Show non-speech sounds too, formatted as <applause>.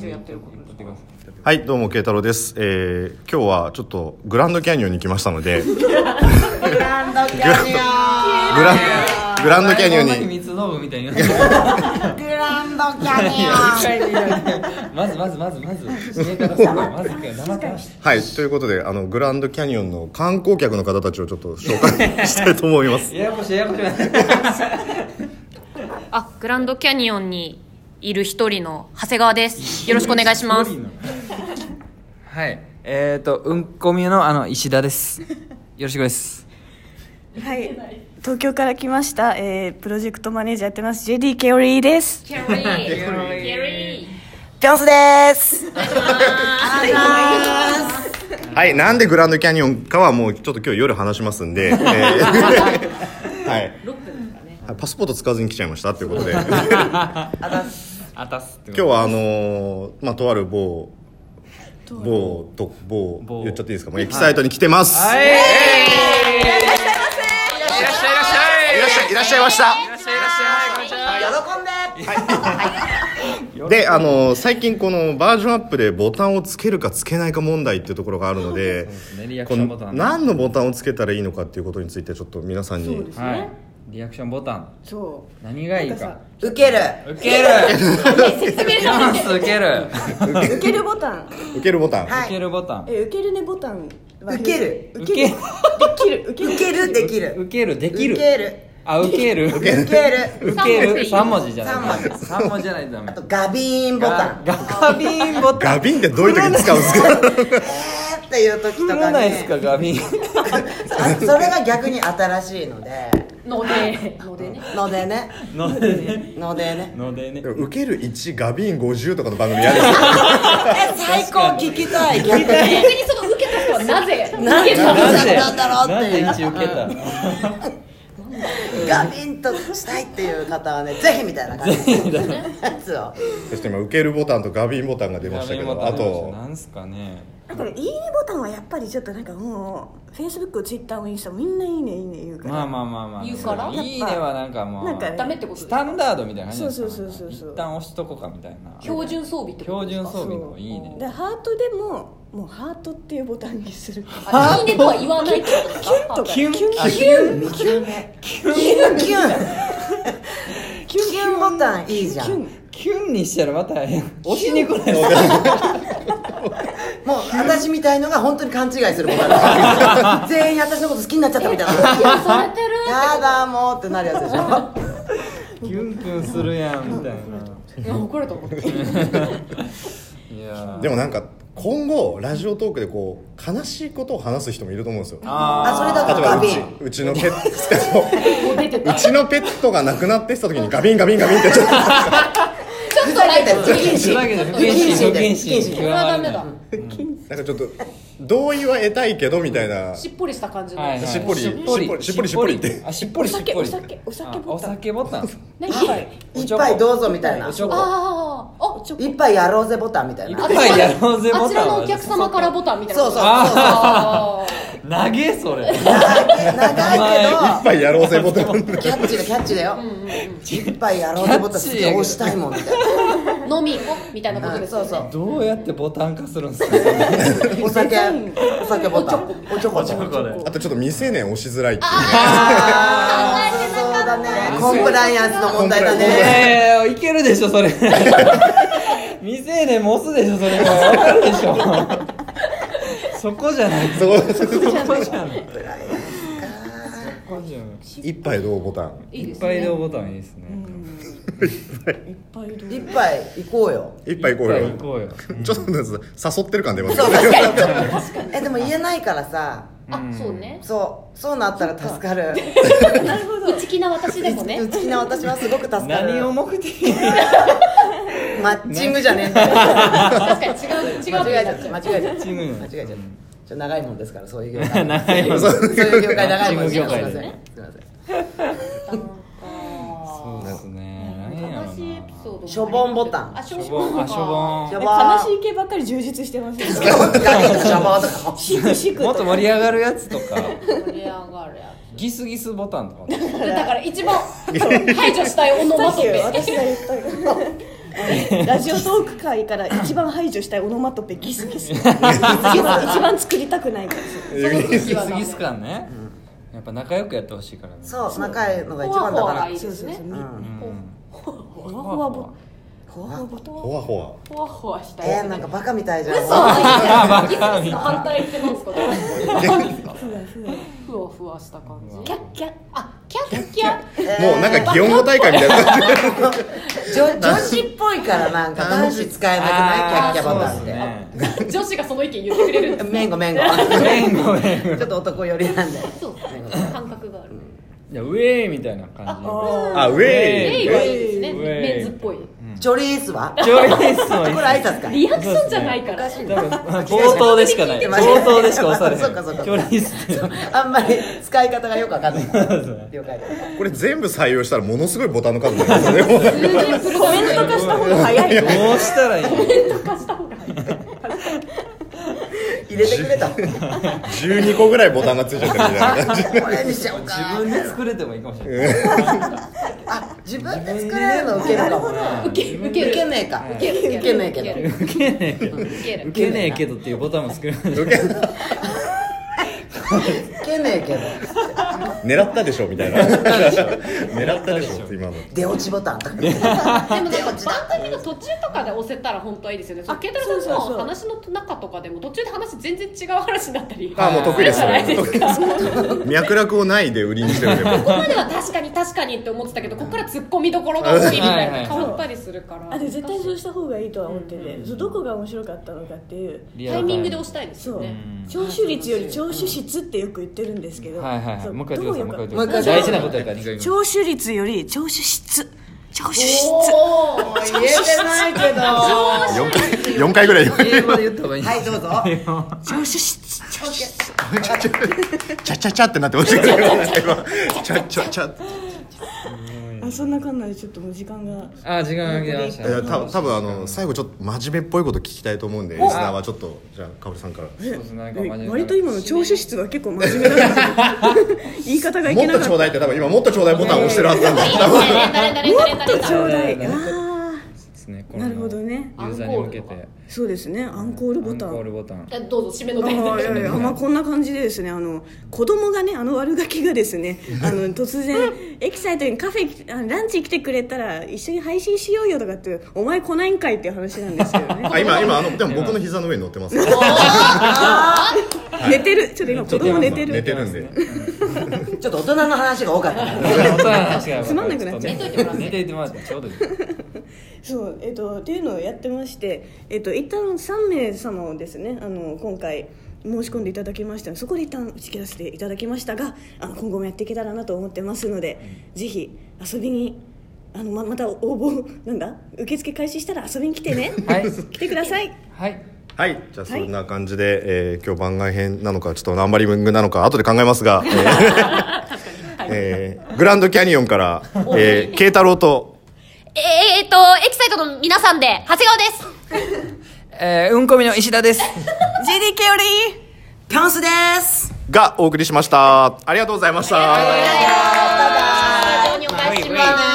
ということですかはいどうも慶太郎です、えー、今日はちょっとグランドキャニオンに来ましたのでググランドキャニオラングランドキャニオンドラえもんの秘に密道具みたいになってるングランドキャニオン <laughs> まずまずまずまず指名からすごいまず一回生からしてはいということであのグランドキャニオンの観光客の方たちをちょっと紹介したいと思いますややこしいややこしいあ、グランドキャニオンにいる一人の長谷川です。よろしくお願いします。はい。えっ、ー、と、うんこみの、あの、石田です。よろしくです。はい、 <laughs> 東京から来ました、えー、プロジェクトマネージャーやってます JD ケオリーですケリー、ケリー、ピョンスですはいなんでグランドキャニオンかはもうちょっと今日夜話しますんで、えーはいはいパスポート使わずに来ちゃいましたということで今あたすって日はあのーまあとある某某と某某言っちゃっていいですかもうエキサイトに来てます、はいいらっしゃいいらっしゃいましたであの最近このバージョンアップでボタンをつけるかつけないか問題っていうところがあるのでねリアクこションボタのン何のボタンをつけたらいいのかっていうことについてちょっと皆さんにはいリアクションボタンそ何がいいかうウケる受けるダンス受ける受けるボタン受けるボタン、はい受けるボタンえ受けるねボタンウケる受ける受ける受けるウケるでき受けるるできるウケるあ受ける受けウケる受ける三文字じゃない三文字三文字じゃないとダメあとガビーンボタンガガビンボタンガビンってどういう時に使うんですか <laughs> えーっていう時と振からないですねかガビンあそれが逆に新しいのでので、のでね。ののでねでねのでねのでね受ける1ガビン50とかの番組嫌ですよえ最高聞きたい逆に逆にその受けた人はなぜ、なぜななんでなんだろうっていうなんで一受けたのガビンとしたいっていう方はねぜひみたいな感じやつをそして今受けるボタンとガビンボタンが出ましたけガビンボどタンあとなんすかねだからいいねボタンはやっぱりちょっとなんかもうフェイスブックツイッターもインスタもみんないいねいいね言うから、まあまあまあまあ言うからいいねはなんかもうなんかねダメってことでスすタかンダードみたいな感じそうですそかうそうそう一旦押しとこうかみたいな標準装備ってこと標です準か装備のいいねでハートでももうハートっていうボタンにするあいいねとは言わないってことですかとかキュンあキュンキュンキュンキュンキュンキュンボタンいいじゃんキュもうンキュンにしたらまた押しに来ないです私みたいのが本当に勘違いするボタン <laughs> 全員私のこと好きになっちゃったみたいなされてるやだもうってなるやつでしょキュンキュンするやんみたい <laughs> ないや、怒ると思って。やー <laughs> でもなんか今後ラジオトークでこう悲しいことを話す人もいると思うんですよあそれだ例えとばうガビちンうちのペットうちのペットが亡くなってした時にガビンガビンガビンってちょっとちょっとライト不そ謹れ慎だけで不不謹謹慎慎不で謹慎これはダメだ。なんかちょっと同意は得たいけどみたいなしっぽりした感じの。はいはいしっぽりしっぽりしっぽりってあしっぽりしっぽりお酒お酒あお酒ボタン何一杯どうぞみたいなおちょこああ、あ、ちょっ一杯やろうぜボタンみたい一な杯やろうぜボタンあちらのお客様からボタンみたいな。そうそうそうあ投げそれ長いぱいやろうぜボタンけどキャッチだキャッチだよ一杯やろうぜボタンすげえ押したいもんみたいー飲み行こうみたいなことなうでんすよそうね。そうどうやってボタン化するんですかそれお酒お酒ボタンおちょこちょこあとちょっと未成年押しづらいっていうあーそうだねコンプライアンスの問題だコンプライアンえスねえいけるでしょそ <laughs> れ未成年も押すでしょそれもわかるでしょそこじゃないそねこじゃないそこそこじゃない一杯どうボタンいいいでっすぱいね。どうボタンいいですね一杯行こうよ一杯行こう行こうよよちょっと誘ってる感出ますそうね確かにえでも言えないからさあ、そうね。そうそうなったら助かる内気な私でもね <laughs> う。ちの私はすごく助かる何を目的に違マッチングじゃねえんだよ確かに違う、違う間違えちゃった間違えちゃったう間違えちゃったうちょんっと長いもんですからそういう業 <laughs> 界長いもんそういう業界長いもんですマッチング業界ですいませんねすいませんそうですね何やろうな悲しいエピソード。しょぼんボタンあ、しょしょぼぼんんボあしょタン。ジ悲ャバしい系ばっかり充実してますねーだけどジャバーとかもシクシクもっとと盛り上がるやつとか盛り上がるやギスギスボタンとかつ。だから一番排除したいオノマさっトきペ。私が言ったラジオトーク界から一番排除したいオノマトペギス <laughs> ギス一番作りたくないからギスギス感ね、やっぱ仲良くやってほしいからねそう仲いいのが一ほわ番ほだかわらがいいですねうんほわほわぼほわほわとほわほわほわほわしたいえー、なんかバカみたいじゃん嘘ギスギスの反対ってなんですかふわふわした感じキャッキャッあキャッキャッもうなんか擬音語大会みたいな感じ女女子っぽいからなんか男子使えなくないキャッキャバターって、女子がその意見言ってくれるんですめんごめんごめんごめんちょっと男寄りなんでそう感覚があるいやウェーイみたいな感じあウェレイイはいいですねウェイメンズっぽいジョリースはこジョイスもれいい挨拶かリアクションじゃないから多分冒頭でしかない聞いてました冒頭でしか押されへんそう <laughs> かそうかジョリスっていうのがあんまり使い方がよくわかんない了解ですこれ全部採用したらものすごいボタンの数になりますよねコメントコメント化した方が早いよどうしたらいいの化した方がいい入れてくれた12個ぐらいボタンがついちゃってるみたいな感じこれにしちゃおうか自分で作れてもいいかもしれないあ自分で作れるの受けるかもね受ける受ける受けねえか受ける受けねえけど受受けねえけどける受けねえけどっていうボタンも作れない受け受けねえけど狙ったでしょみたいな狙ったでしょ今の出落ちボタンとかでもなんか番組の途中とかで押せたら本当はいいですよね。そのケンタロウさそんうそうそうの話の中とかでも途中で話全然違う話になったり。あもう得意ですじゃないですか。脈絡をないで売りにしてるでもここまでは確かに確かにって思ってたけど、ここから突っ込みどころが多いみたいな変わったりするから。あで絶対そうした方がいいとは思ってて、そうどこが面白かったのかっていうタイミングで押したいですそようね。聴取率より聴取質ってよく言ってるんですけど、はいはいはそいうもう一回言ってくださいもう一回言ってくだどうよさい大事なことやから二回言いま聴取率より聴取質聴取質おおー言えてないけ <laughs> ど4回4回ぐらい言われす英語で言った方がいいんではすいどうぞ聴取質ちゃちゃちゃってなってましたけど今ちゃちゃちゃってあそんな感じでちょっともう時間があ時間が来ましいやたた多分あの最後ちょっと真面目っぽいこと聞きたいと思うんでリスナーはちょっとじゃあかおりさんからそうですねなんか真面目な割と今の聴取質は結構真面目だな <laughs> 言い方がいもけっなとかちったょうだいって多分今もっとちょうだいボタンを押してるはずなん <laughs> だ多分誰誰誰誰ちょうだいあですねーなるほどねユーザーに向けてそうですねアンコールボタンアンコールボタン誰どうぞ締めの大あ事いやい <laughs> やまあこんな感じでですねあの子供がねあの悪ガキがです <laughs> ねあの突然エキサイトにカフェあのランチ来てくれたら一緒に配信しようよとかってお前来ないんかいっていう話なんですけ <laughs> どねあ今今あのでも僕の膝の上に乗ってます寝てるちょっと今子供寝てる寝てるんでちょっと大人の話が多かったねつつまんなくなっちゃう寝ていてもらってちょうどいいそうえっとっていうのをやってましてえっと一旦3名様をですねあの今回申し込んでいただきましたのでそこで一旦打ち切らせていただきましたがあの今後もやっていけたらなと思ってますので、ぜひ遊びにあのままた応募なんだ受付開始したら遊びに来てね、はい来てくださいはいはいじゃあそんな感じで、えー今日番外編なのかちょっとナンバリングなのか後で考えますが、え <laughs> ーえーグランドキャニオンから、えー、慶太郎とえー、っと、エキサイトの皆さんで、長谷川です。えーうんこみの石田です JD ケオリーピョンスですがお送りしましたありがとうございましたスタジオにお返しします。